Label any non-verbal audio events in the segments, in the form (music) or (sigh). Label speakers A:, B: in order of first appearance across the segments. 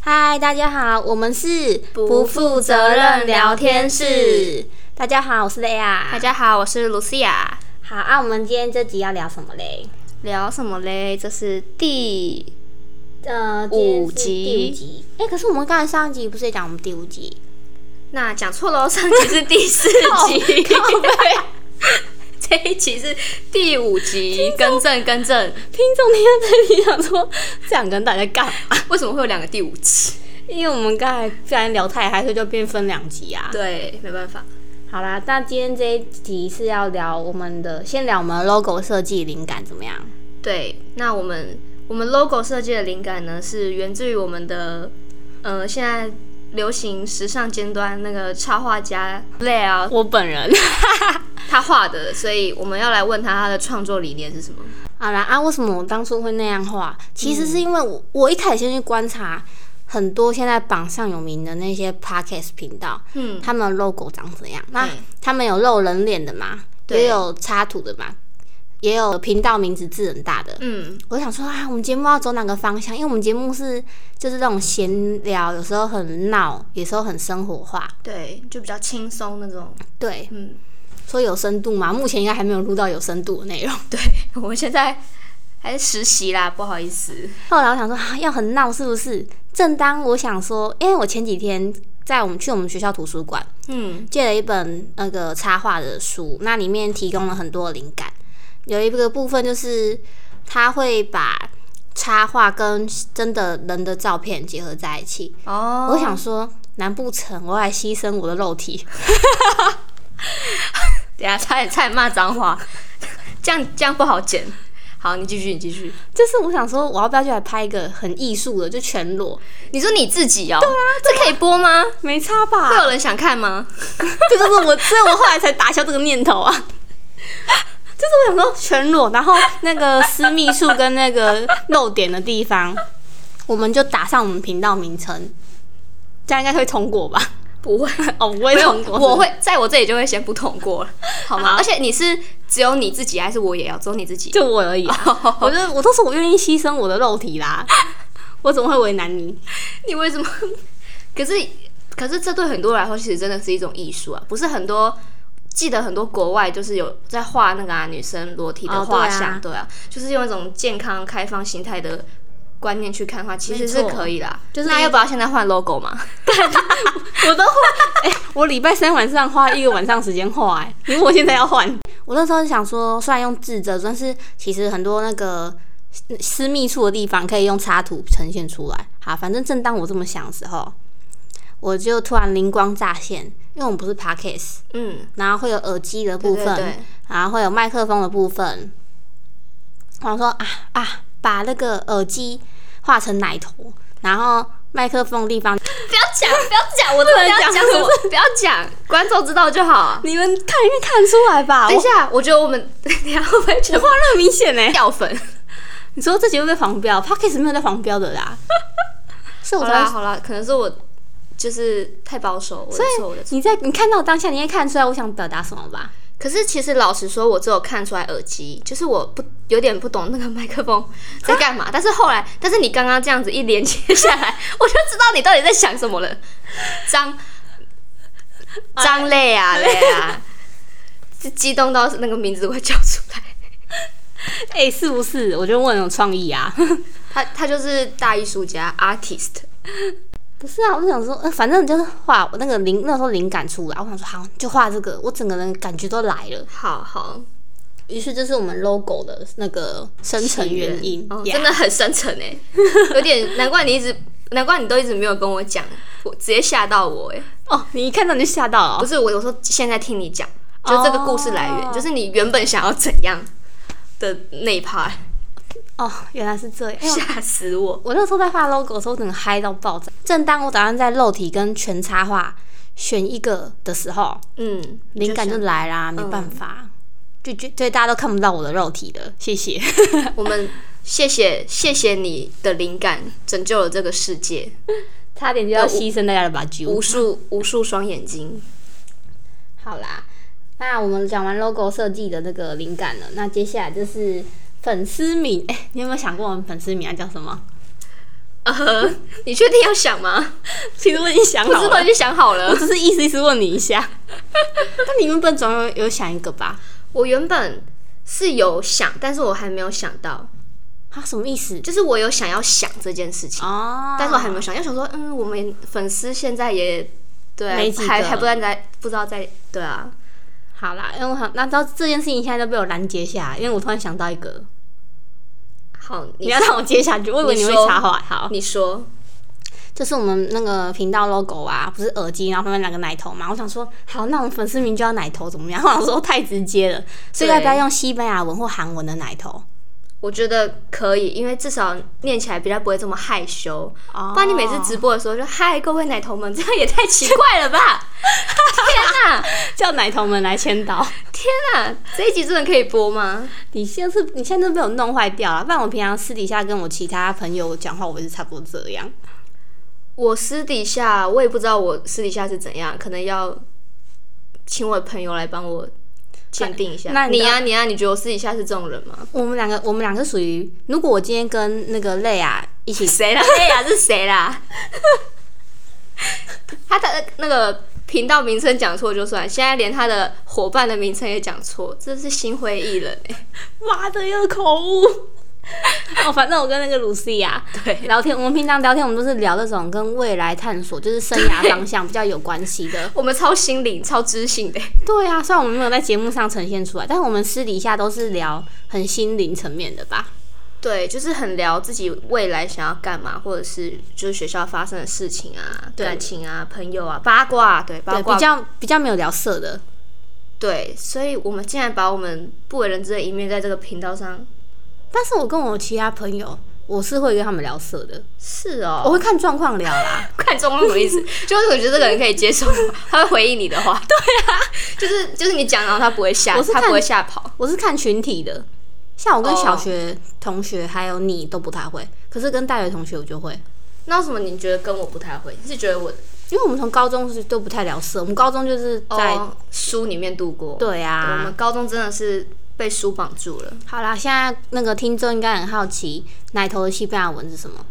A: 嗨，大家好，我们是
B: 不负责任聊天室。
A: 大家好，我是雷亚。
B: 大家好，我是卢西亚。
A: 好啊，我们今天这集要聊什么嘞？
B: 聊什么嘞？这是第
A: 呃，今天是
B: 五
A: 第
B: 集
A: 五集。哎、可是我们刚才上一集不是也讲我们第五 (laughs) 集？
B: 那讲错哦喽， (laughs) 上集是第四集，这一集是第五集。更正更正，
A: 听众听到这里想说，这样跟大家干嘛？
B: 为什么会有两个第五集？
A: 因为我们刚才虽然聊太嗨，所以就变分两集啊。
B: 对，没办法。
A: 好啦，那今天这一集是要聊我们的，先聊我们的 logo 设计灵感怎么样？
B: 对，那我们我们 logo 设计的灵感呢，是源自于我们的呃现在流行时尚尖端那个插画家 Blair
A: 我本人。
B: 他画的，所以我们要来问他他的创作理念是什么。
A: 好啦啊，为什么我当初会那样画？其
B: 嗯
A: 实是因为我、我一开始先去观察很多现在榜上有名的那些 podcast 频道，
B: 嗯，
A: 他们的 logo 长怎样？那
B: 嗯
A: 他们有露人脸的嘛，
B: 对
A: 也有插图的嘛，也有频道名字字很大的。
B: 嗯，
A: 我想说啊，我们节目要走哪个方向？因为我们节目是就是那种闲聊，有时候很闹，有时候很生活化，
B: 对，就比较轻松那种。
A: 对，
B: 嗯，
A: 说有深度嘛，目前应该还没有录到有深度的内容。
B: 对，我们现在还在实习啦，不好意思。
A: 后来我想说，啊、要很闹是不是？正当我想说，因为我前几天在我们去我们学校图书馆
B: 嗯，
A: 借了一本那个插画的书，那里面提供了很多灵感。有一个部分就是他会把插画跟真的人的照片结合在一起。
B: 哦，
A: 我想说，难不成我要来牺牲我的肉体？
B: 等一下差点差点骂脏话，这样这样不好剪。好，你继续，你继续。
A: 就是我想说，我要不要就来拍一个很艺术的，就全裸？
B: 你说你自己哦、对啊，这可以播吗？
A: 没差
B: 会
A: 吧？
B: 有人想看吗？
A: (laughs) 这就是我，所以我后来才打消这个念头啊。 (laughs) 就是我想说全裸，然后那个私密处跟那个露点的地方，我们就打上我们频道名称，这样应该会通过吧？
B: 不会， (laughs)
A: 哦，我会
B: 没有
A: 通，过，
B: 我。会在我这里就会先不通过了，好吗？而且你是只有你自己，还是我也要只有你自己？
A: 就我而已、啊
B: (laughs)
A: 我就我都说我愿意牺牲我的肉体啦，我怎么会为难你？
B: 你为什么？ (laughs) 可是可是这对很多人来说，其实真的是一种艺术啊，不是很多。记得很多国外就是有在画那个啊女生裸体的
A: 哦
B: 画
A: 对啊
B: 像，对啊，就是用一种健康开放心态的观念去看的话，其实是
A: 没错
B: 可以啦。
A: 就是
B: 那要不要现在换 logo 嘛？
A: 我都画，哎、我礼拜三晚上花一个晚上时间画，哎，因为我现在要换。我那时候想说，虽然用字折，但是其实很多那个私私密处的地方可以用插图呈现出来。好，反正正当我这么想的时候，我就突然灵光乍现，因为我们不是 podcast，
B: 嗯，
A: 然后会有耳机的部
B: 对
A: 分，
B: 对对，
A: 然后会有麦克风的部分。我想说啊啊，把那个耳机画成奶头，然后麦克风的地方
B: 不要讲，不要讲，我真的不要讲什么，不要讲，观众知道就好。
A: 你们看应该看得出来吧？
B: 等一下，我觉得我们 (laughs) 等一下会不会全
A: (laughs)
B: 部
A: 哇，那很明显呢。
B: 掉粉？
A: 你说这集会不会黄标 p o d c a s t 没有在黄标的 (laughs) 啦。所以
B: 好
A: 我
B: 啦
A: 才会，
B: 好啦，可能是我就是太保守，我的错，我的错。
A: 你在你看到我当下，你应该看得出来我想表达什么吧？
B: 可是其实老实说，我只有看出来耳机，就是我不有点不懂那个麦克风在干嘛。但是后来，但是你刚刚这样子一连接下来， (laughs) 我就知道你到底在想什么了。张张累啊
A: 哎
B: 累啊，这激动到那个名字都快叫出来。
A: 哎、是不是？我觉得我很有创意啊。
B: 他他就是大艺术家 artist，
A: (laughs) 不是啊，我就想说，呃、反正就是画我那个灵，那时候灵感出来，我想说好，就画这个，我整个人感觉都来了。
B: 好好
A: 于是这是我们 logo 的那个生成原因，
B: 哦
A: Yeah
B: 真的很深沉哎，有点难怪你一直难怪你都一直没有跟我讲，我直接吓到我哎、
A: 哦，你一看到你就吓到了
B: 不
A: 哦。
B: 是我，我说现在听你讲，就这个故事来源
A: 哦
B: 就是你原本想要怎样的那一 part，
A: 哦，原来是这样。哎呦
B: 吓死我！
A: 我那时候在画 logo 的时候，整个嗨到爆炸。正当我打算在肉体跟全插画选一个的时候，
B: 嗯，
A: 灵感就嗯来啦，没办法，就就对大家都看不到我的肉体了，谢谢。
B: 想我们谢谢谢谢你的灵感，拯救了这个世界，
A: (laughs) 差点就要牺牲大家的把酒。
B: 无数无数双眼睛。
A: 好啦，那我们讲完 logo 设计的那个灵感了，那啊 (laughs) 接下来就是粉丝名。哎、你有没有想过我们粉丝名要叫什么？
B: 呃，呃，你确定要想吗？
A: 其实我已经想
B: 不
A: 好
B: 知道
A: 了，
B: 就想好
A: 我
B: 了。
A: 只是意思意思问你一下。 (laughs) 但你原本总有有想一个吧？
B: 我原本是有想，但是我还没有想到，
A: 啊，什么意思？
B: 就是我有想要想这件事情，
A: 哦，
B: 但是我还没有想，要想说，嗯，我们粉丝现在也对啊
A: 没几，个
B: 还还不知道在不知道在对啊，
A: 好啦，哎因为我想，那知道这件事情现在都被我拦截下来，因为我突然想到一个，
B: 好，
A: 你
B: 你
A: 要让我接下去，我以为你会
B: 你说
A: 插话。好，
B: 你说，
A: 就是我们那个频道 logo 啊，不是耳机，然后旁边两个奶头嘛。我想说，好，那我们粉丝名就要奶头怎么样？我 (laughs) 想说太直接了，所以
B: 对
A: 要不要用西班牙文或韩文的奶头？
B: 我觉得可以，因为至少念起来比较不会这么害羞。
A: 哦
B: 不然你每次直播的时候就嗨各位奶头们，这 (laughs) 样也太奇怪了吧！ (laughs) 天哪、
A: 叫奶头们来签到，
B: 天哪、这一集真的可以播吗？
A: (laughs) 你现在是你现在都被我弄坏掉了。不然我平常私底下跟我其他朋友讲话，我也是差不多这样。
B: 我私底下我也不知道我私底下是怎样，可能要请我的朋友来帮我鉴定一下。
A: 那你
B: 你
A: 知道
B: 呀、你啊呀、你觉得我私底下是这种人吗？
A: 我们两个，我们两个属于，如果我今天跟那个类啊一起
B: 谁啦？哎呀，是谁啦？ (laughs) 他的那个频道名称讲错就算，现在连他的伙伴的名称也讲错，这是心灰意冷哎、
A: 妈的，又口误。 (laughs) 哦，反正我跟那个露西亚
B: 对
A: 聊天，我们平常聊天，我们都是聊那种跟未来探索，就是生涯方向比较有关系的。
B: 我们超心灵、超知性的、欸
A: 对啊，虽然我们没有在节目上呈现出来，但我们私底下都是聊很心灵层面的吧。
B: 对，就是很聊自己未来想要干嘛，或者是就是学校发生的事情啊、
A: 对
B: 感情啊、朋友啊、八卦、啊，对八
A: 对，
B: 卦
A: 比较比较没有聊色的，
B: 对，所以我们竟然把我们不为人知的一面在这个频道上，
A: 但是我跟我其他朋友，我是会跟他们聊色的，
B: 是哦，
A: 我会看状况聊 (laughs) 啦。
B: 看中文什么意 (laughs) 思？就是我觉得这个人可以接受，他会回应你的话。 (laughs) 对啊，就是就是你讲，然后他不会吓，
A: 我是
B: 他
A: 看
B: 不会吓跑。
A: 我是看群体的，像我跟
B: 哦
A: 小学同学还有你都不太会，可是跟大学同学我就会。
B: 那为什么你觉得跟我不太会？你是觉得我
A: 因为我们从高中是都不太聊色，我们高中就是在、
B: 在书里面度过？
A: 对
B: 哦我
A: 啊。
B: 们高中真的是被书绑住了。
A: 好啦，现在那个听众应该很好奇，奶头的西班牙文是什么？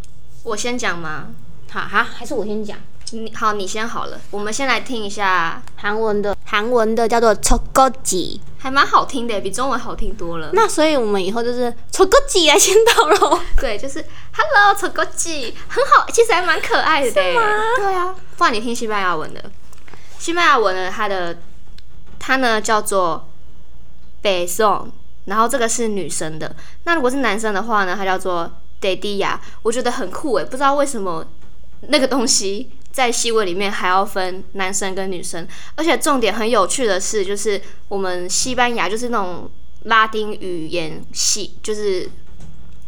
B: 我先讲吗？
A: 好哈，还是我先讲
B: 你好，你先好了。我们先来听一下，
A: 韩文的，韩文的叫做 c h o g o j
B: 还蛮好听的，比中文好听多了。
A: 那所以我们以后就是 c h o g o j 来签到
B: (laughs)
A: 喽。
B: 对，就是 Hello 丑狗鸡，很好，其实还蛮可爱的。对啊，不然你听西班牙文的，西班牙文呢，它的它呢叫做北宋，然后这个是女生的。那如果是男生的话呢，它叫做 d a d i y a 我觉得很酷欸诶，不知道为什么那个东西在西文里面还要分男生跟女生，而且重点很有趣的是，就是我们西班牙就是那种拉丁语言系，就是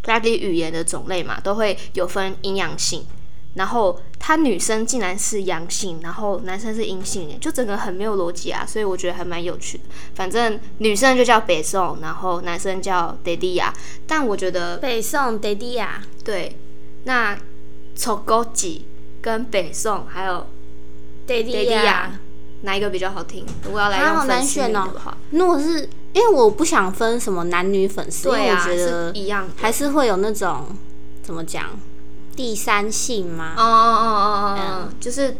B: 拉丁语言的种类嘛，都会有分阴阳性。然后他女生竟然是阳性，然后男生是阴性耶，就整个很没有逻辑啊，所以我觉得还蛮有趣的。反正女生就叫北宋，然后男生叫 d a d i a 但我觉得
A: 北宋 d a d i a
B: 对，那 c h o g o i 跟北宋还有
A: d a
B: d a d i a 哪一个比较好听？如果要来
A: 啊好
B: 用
A: 难
B: 粉丝
A: 选
B: 名
A: 哦
B: 的话，
A: 如果是因为我不想分什么男女粉丝，
B: 对
A: 因为
B: 啊，
A: 我觉
B: 是
A: 得
B: 一样的。
A: 还是会有那种怎么讲第三性吗？
B: 哦哦哦哦
A: 嗯
B: 哦，就是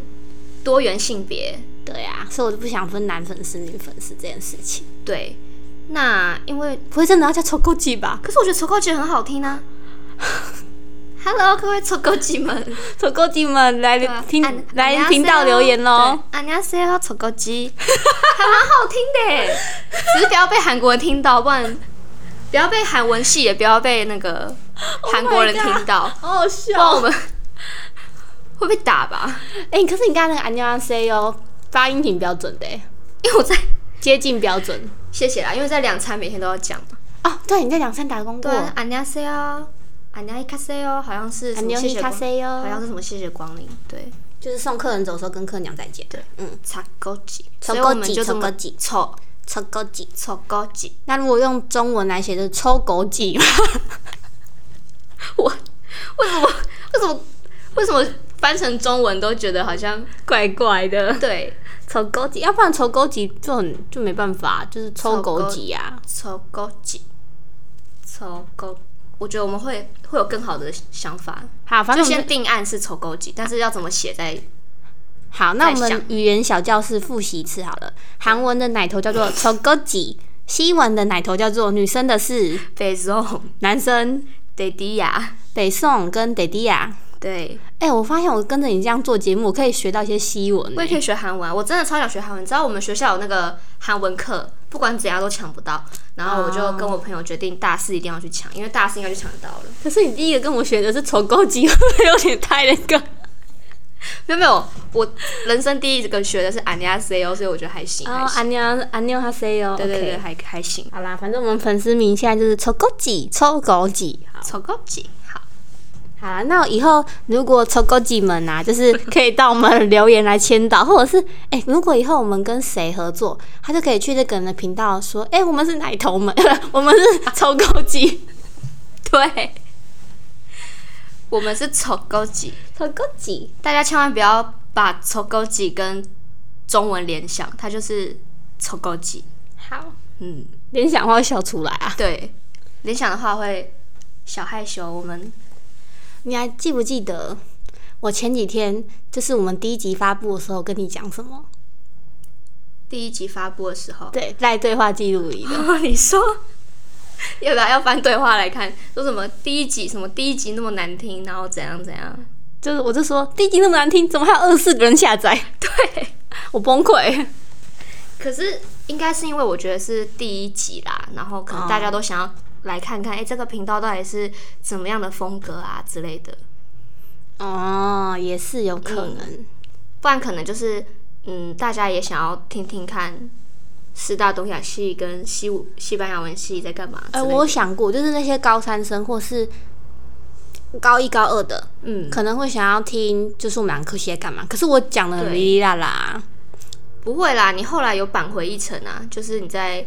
B: 多元性别。
A: 对啊，所以我就不想分男粉丝、女粉丝这件事情。
B: 对，那因为
A: 不会真的要叫抽够鸡吧？
B: 可是我觉得丑狗鸡很好听
A: (laughs)
B: 啊。Hello，各位丑狗鸡们，
A: 抽够鸡们来听、
B: 啊
A: 来频道留言喽！。
B: 안녕하세요，丑狗
A: (laughs)
B: 鸡，还蛮好听的耶，只是不要被韩国人听到，不然不要被韩文系，也不要被那个
A: (laughs) Oh
B: 韩国人
A: my god
B: 听到，
A: 好好
B: 不然我
A: 笑。
B: 们会被打吧？
A: 哎、可是你刚才那个安妞 C 哦，发音挺标准的耶，
B: 因为我在
A: 接近标准。
B: 谢谢啦，因为在两餐每天都要讲嘛。
A: 哦，对，你在两山打工过
B: 对。啊，안녕하세요，안녕히가세요，好像是什
A: 安
B: 么
A: 妞
B: 谢
A: 你
B: 谢
A: 卡哦
B: 光，
A: C
B: 好像
A: 哟，
B: 是什么谢谢光临，对。
A: 就是送客人走的时候跟客人讲再见。
B: 对，
A: 嗯，
B: 草高级，
A: 草
B: 所
A: 高级
B: 以我们就这
A: 草
B: 么
A: 高级
B: 草
A: 抽够鸡。
B: 草高级。
A: 那如果用中文来写，就是抽狗鸡嘛。
B: 我为什么为什么为什么翻成中文都觉得好像
A: (laughs) 怪怪的。
B: 对
A: 抽狗鸡，要不然抽狗鸡就很就没办法，就是抽
B: 抽
A: 狗
B: 狗
A: 鸡啊。
B: 草高级草高我觉得我们会会有更好的想法。
A: 好，反
B: 就
A: 正我们
B: 先定案是丑枸杞，但是要怎么写在
A: 好，那我
B: 再
A: 们
B: 想
A: 语言小教室复习一次好了。韩文的奶头叫做 c h o g o j i 西文的奶头叫做女生的是
B: 北 (laughs) 宋
A: 男生
B: 得迪亚？
A: 北宋跟 d 迪亚。
B: 对，
A: 哎、我发现我跟着你这样做节目，我可以学到一些西文、
B: 我
A: 欸。
B: 也可以学韩文啊，我真的超想学韩文。你知道我们学校有那个韩文课，不管怎样都抢不到。然后我就
A: 哦
B: 跟我朋友决定大四一定要去抢，因为大四应该就抢得到了。
A: 可是你第一个跟我学的是 c h o g o j i 会不会有点太那
B: (laughs)
A: 个？
B: 没有没有，我人生第一个学的是安尼亚 C O，所以我觉得还行，还
A: 哦，
B: 行。
A: 安妞安妞哈塞哟。
B: 对对
A: OK
B: 对，还还行。
A: 好啦，反正我们粉丝名现在就是 c h o g o j i c h o g o j i 好。
B: 丑枸杞，好，
A: 好啦，那以后如果抽够几门啊，就是可以到我们留言来签到，或者是哎、如果以后我们跟谁合作，他就可以去这个人的频道说，哎、我们是奶头们， (laughs) 我们是抽够几，
B: 对，我们是丑枸杞，
A: 抽够几，
B: 大家千万不要把丑枸杞跟中文联想，它就是丑枸杞。
A: 好，
B: 嗯，
A: 联想话会笑出来啊！
B: 对，联想的话会小害羞。我们
A: 你还记不记得我前几天就是我们第一集发布的时候跟你讲什么？
B: 第一集发布的时候，
A: 对，赖对话记录里的，
B: 你说。 (laughs) 要不要要翻对话来看？说什么第一集什么第一集那么难听，然后怎样怎样？
A: 就是我就说第一集那么难听，怎么还有二十四个人下载？ (laughs)
B: 对，
A: 我崩溃。
B: 可是应该是因为我觉得是第一集啦，然后可能大家都想要来看看，哎、这个频道到底是怎么样的风格啊之类的，
A: 哦，也是有可能。
B: 不然可能就是嗯，大家也想要听听看四大东亚系跟西武西班牙文系在干嘛之
A: 呃，
B: 类
A: 我有想过，就是那些高三生或是高一、高二的，
B: 嗯，
A: 可能会想要听，就是我们两个科系在干嘛。可是我讲的
B: 对
A: 哩哩啦啦，
B: 不会啦，你后来有扳回一城啊，就是你在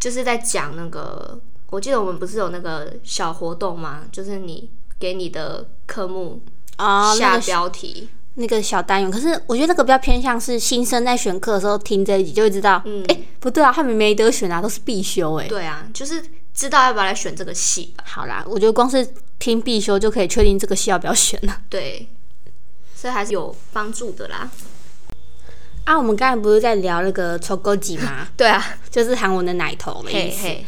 B: 就是在讲那个，我记得我们不是有那个小活动吗？就是你给你的科目
A: 哦，那
B: 下
A: 个
B: 标题，
A: 那个小单元。可是我觉得那个比较偏向是新生在选课的时候听这一集就会知道，哎、
B: 嗯
A: 不对啊，他们没得选啊，都是必修哎、
B: 对啊，就是知道要不要来选这个系吧。
A: 好啦，我觉得光是听必修就可以确定这个系要不要选了。
B: 啊对，所以还是有帮助的啦。
A: 啊，我们刚才不是在聊那个抽勾几吗？ (laughs)
B: 对啊，
A: 就是韩文的奶头的意
B: 嘿
A: 思。
B: 嘿，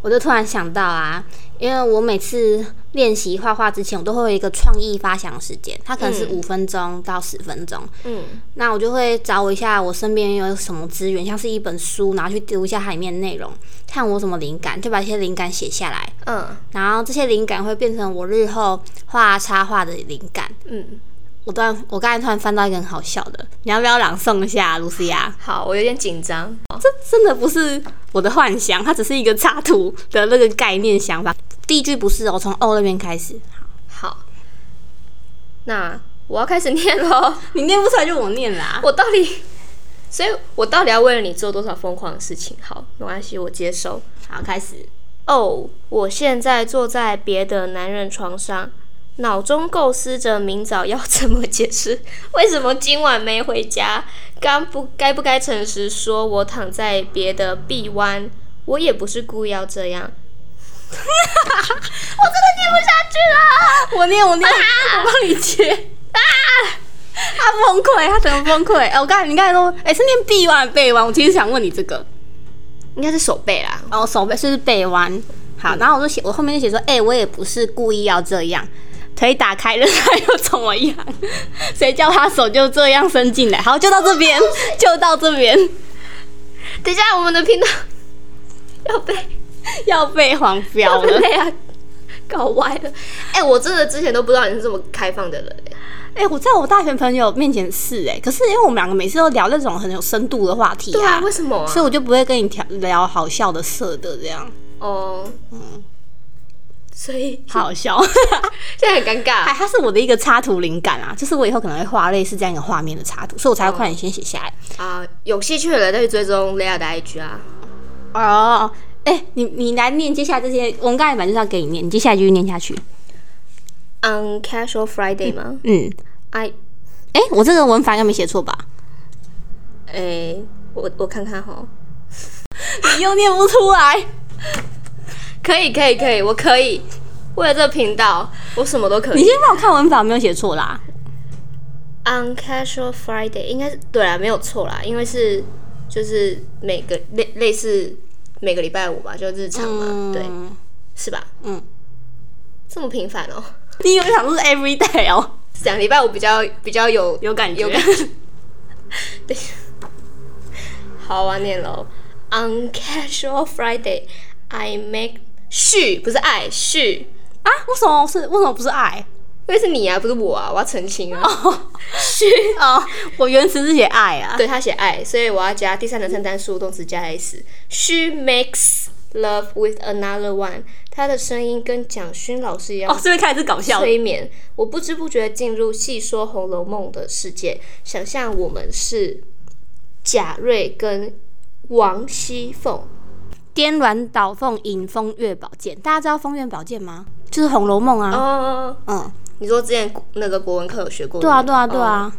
A: 我就突然想到啊，因为我每次练习画画之前，我都会有一个创意发想时间，它可能是
B: 嗯
A: 五分钟到十分钟。
B: 嗯，
A: 那我就会找我一下我身边有什么资源，像是一本书，然后去读一下它里面的内容，看我有什么灵感，就把一些灵感写下来。
B: 嗯
A: 然后这些灵感会变成我日后画插画的灵感。
B: 嗯，
A: 我突然，我刚才突然翻到一个很好笑的，你要不要朗诵一下，露西亚？
B: 好，我有点紧张。
A: 这真的不是我的幻想，它只是一个插图的那个概念想法。第一句不是哦，从哦那边开始，
B: 好，那我要开始念喽。
A: 你念不出来就我念啦。
B: 我到底， (laughs) 所以我到底要为了你做多少疯狂的事情？好，没关系，我接受。
A: 好，开始。
B: 哦，我现在坐在别的男人床上，脑中构思着明早要怎么解释 (laughs) 为什么今晚没回家。刚不该不该诚实说，我躺在别的臂弯，我也不是故意要这样。
A: (laughs)
B: (laughs)
A: 我念，我念，我帮你接。啊！ (laughs) 他崩溃，他怎么崩 (laughs) 溃？哎、我刚才你刚才说，哎、是念臂弯背弯？我其实想问你这个。
B: 应该是手背啦。
A: 哦，手背就是背弯。好，然后我就写，我后面就写说，哎、我也不是故意要这样。腿打开了，他又怎么样？ (laughs) 谁叫他手就这样伸进来？好，就到这 (laughs) 边，就到这边。
B: 等一下，我们的频道要被 (laughs)
A: 要被黄标
B: 要被
A: 了。
B: 雷啊搞歪了。哎、我真的之前都不知道你是这么开放的人、欸。
A: 哎、我在我大学朋友面前是哎、可是因为我们两个每次都聊那种很有深度的话题
B: 对啊，
A: 啊，
B: 为什么
A: 所以
B: 啊？
A: 我就不会跟你聊聊好笑的、色的这样，
B: 哦，
A: 嗯
B: 所以
A: 好笑。
B: 现在很尴尬。
A: (laughs) 哎，它是我的一个插图灵感啊，就是我以后可能会画类似这样一个画面的插图，所以我才会快点先写下来。
B: 啊、有兴趣的人再去追踪 Lea 的 IG 啊。
A: 哦，哎、你你来念接下来这些，我们刚才本来就是要给你念，你接下来继续念下去。
B: On Casual Friday 吗
A: 嗯，
B: ？I，
A: 哎、我这个文法应该没写错吧？ (laughs)
B: 哎、我我看看哈。
A: 你又念不出来。
B: 可以可以可以，我可以。为了这个频道，我什么都可
A: 你
B: 以。
A: 先帮我看文法有没有写错啦。
B: On casual Friday 应该是对啊啦，没有错啦，因为是就是每个类类似每个礼拜五吧，就日常嘛，对，
A: 嗯
B: 是吧？
A: 嗯，
B: 这么频繁哦、
A: 你有想说是 every day 哦，
B: 讲礼拜五比较比较有
A: 有感觉。
B: 有感觉。对，好，我要念喽。On casual Friday, I make 续不是爱续，
A: 啊？为什么是为什么不是 (laughs) 爱？
B: 因为是你啊，不是我啊，我要澄清啊。续、
A: 哦，我原词是写爱啊。
B: (laughs) 对他写爱，所以我要加第三人称单数动词加 s。She makes love with another one。她的声音跟蒋勋老师一样
A: 哦，这边开始是搞笑的。
B: 催眠，我不知不觉进入细说《红楼梦》的世界，想象我们是贾瑞跟王熙凤。
A: 颠鸾倒凤引风月宝剑，大家知道风月宝剑吗？就是《红楼梦》啊。
B: 哦，
A: 嗯，
B: 你说之前那个国文课有学过？
A: 对啊，对啊，对啊。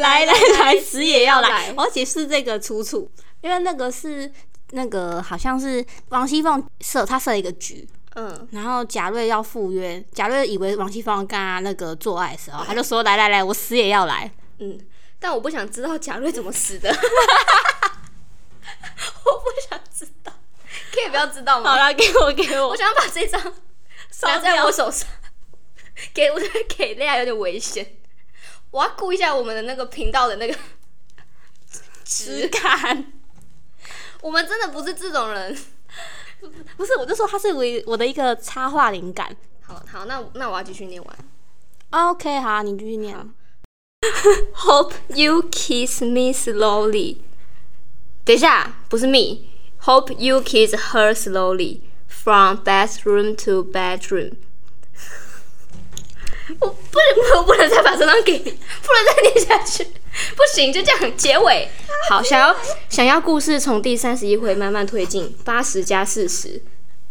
A: 来来来，死也要来
B: 来！
A: 我要解释这个出处，因为那个是那个好像是王熙凤设，她设一个局，
B: 嗯。
A: 然后贾瑞要赴约，贾瑞以为王熙凤要跟他那个做爱的时候，他就说：“来来来，我死也要来。
B: 嗯嗯，但我不想知道贾瑞怎么死的， (laughs) 我不想知道，可以不要知道”
A: 好
B: 吗？
A: 了，给我给 (laughs) 我
B: 我，想把这张拿
A: 烧
B: 在
A: 掉
B: 我手上，给 (laughs) 我觉得给亮有点危险，我要顾一下我们的那个频道的那个
A: 质感。
B: 我们真的不是这种人。
A: 不是，我就说他是我我的一个插画灵感。
B: 好好，那那我要继续念完。
A: 哦 OK，好，你继续念。
B: Hope you kiss me slowly。等一下，不是 me。Hope you kiss her slowly from bedroom to bedroom。我不能，我不能再把这张给你，不能再念下去，不行，就这样结尾。好，想要想要故事从第三十一回慢慢推进，八十加四十，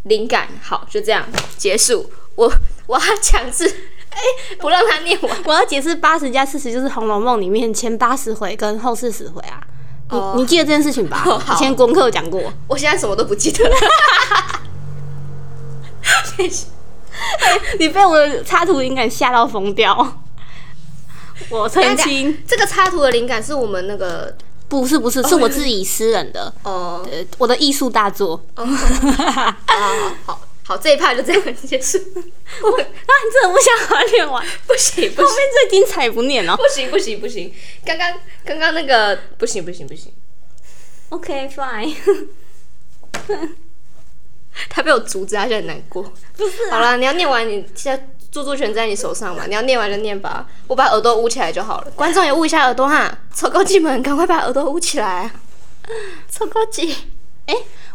B: 灵感好，就这样结束。我我要强制，哎、不让他念完。
A: 我要解释八十加四十就是《红楼梦》里面前八十回跟后四十回啊。你、
B: 哦
A: 你记得这件事 (laughs) 情吧？
B: 哦好
A: 以前功课有讲过。
B: 我现在什么都不记得了。 (laughs) 等一下
A: 你被我的插图灵感吓到疯掉。我澄
B: 哎
A: 清，
B: 这个插图的灵感是我们那个
A: 不是不是，是我自己私人的，
B: 哦
A: 呃，我的艺术大作。 (laughs) 啊
B: 哦，好好好好，这一趴就这样结束。我
A: 啊，你真的不想把它念完？后
B: (laughs) 不行不行
A: 面最精彩不念哦。
B: 不行不行不行，刚刚刚刚那个不行不行不行，
A: OK fine，
B: 他被我阻止，他就很难过。
A: 不是
B: 好啦，你要念完，你现在著作权在你手上嘛，你要念完就念吧。我把耳朵捂起来就好了。观众也捂一下耳朵 (laughs) 哈，凑够几们，赶快把耳朵捂起来啊！凑够几？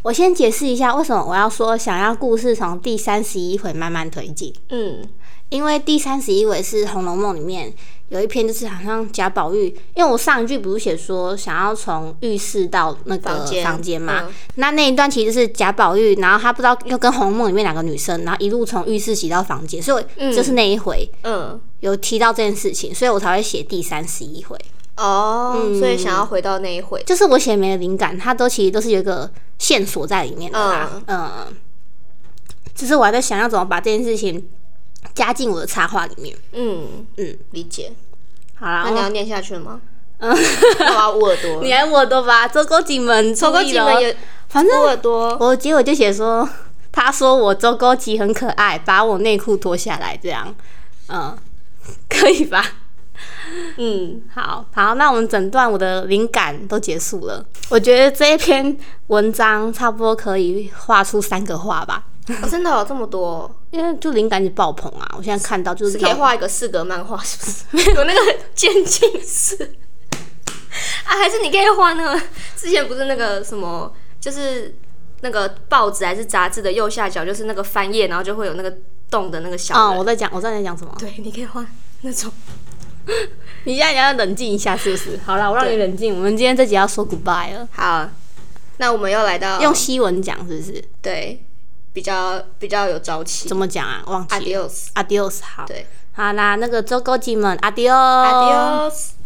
A: 我先解释一下为什么我要说想要故事从第三十一回慢慢推进。
B: 嗯，
A: 因为第三十一回是《红楼梦》里面有一篇，就是好像贾宝玉，因为我上一句不是写说想要从浴室到那个
B: 房间
A: 房间嘛，
B: 嗯
A: 那那一段其实是贾宝玉，然后他不知道又跟《红楼梦》里面两个女生，然后一路从浴室洗到房间，所以我
B: 嗯
A: 就是那一回、
B: 嗯。
A: 有提到这件事情，所以我才会写第三十一回，
B: 哦、所以想要回到那一回，
A: 就是我写没的灵感，它都其实都是有一个线索在里面的啦，嗯只是我还在想要怎么把这件事情加进我的插画里面。
B: 嗯
A: 嗯
B: 嗯，理解。
A: 好啦，
B: 那
A: 我
B: 你要念下去了吗？
A: 嗯。
B: 那我要捂耳
A: (laughs)
B: 朵，
A: 你还我的吧，走狗几门，走
B: 我估计们也
A: 反
B: 捂
A: 正
B: 耳朵。
A: 哦我结果就写说，他说我走狗几很可爱，把我内裤脱下来这样，嗯， (laughs) 可以吧？
B: 嗯，
A: 好好，那我们整段我的灵感都结束了，我觉得这一篇文章差不多可以画出三个画吧，
B: 哦真的有这么多，
A: 因为就灵感就爆棚啊！我现在看到就是
B: 是可以画一个四格漫画，是不是？有 (laughs) 那个渐进式 (laughs) 啊，还是你可以画那个之前不是那个什么，就是那个报纸还是杂志的右下角，就是那个翻页，然后就会有那个洞的那个小
A: 啊、
B: 人。
A: 我在讲，我在在讲什么？
B: 对，你可以画那种。
A: (laughs) 你现在你要冷静一下，是不是？ (laughs) 好啦，我让你
B: 对
A: 冷静。我们今天这集要说 goodbye 了，
B: 好，那我们又来到
A: 用西文讲是不是？
B: 对，比较比较有朝气。
A: 怎么讲啊？忘记了。
B: Adios，
A: Adios，好，
B: 对
A: 好啦，那个周哥吉们，Adios，Adios。
B: ，Adios。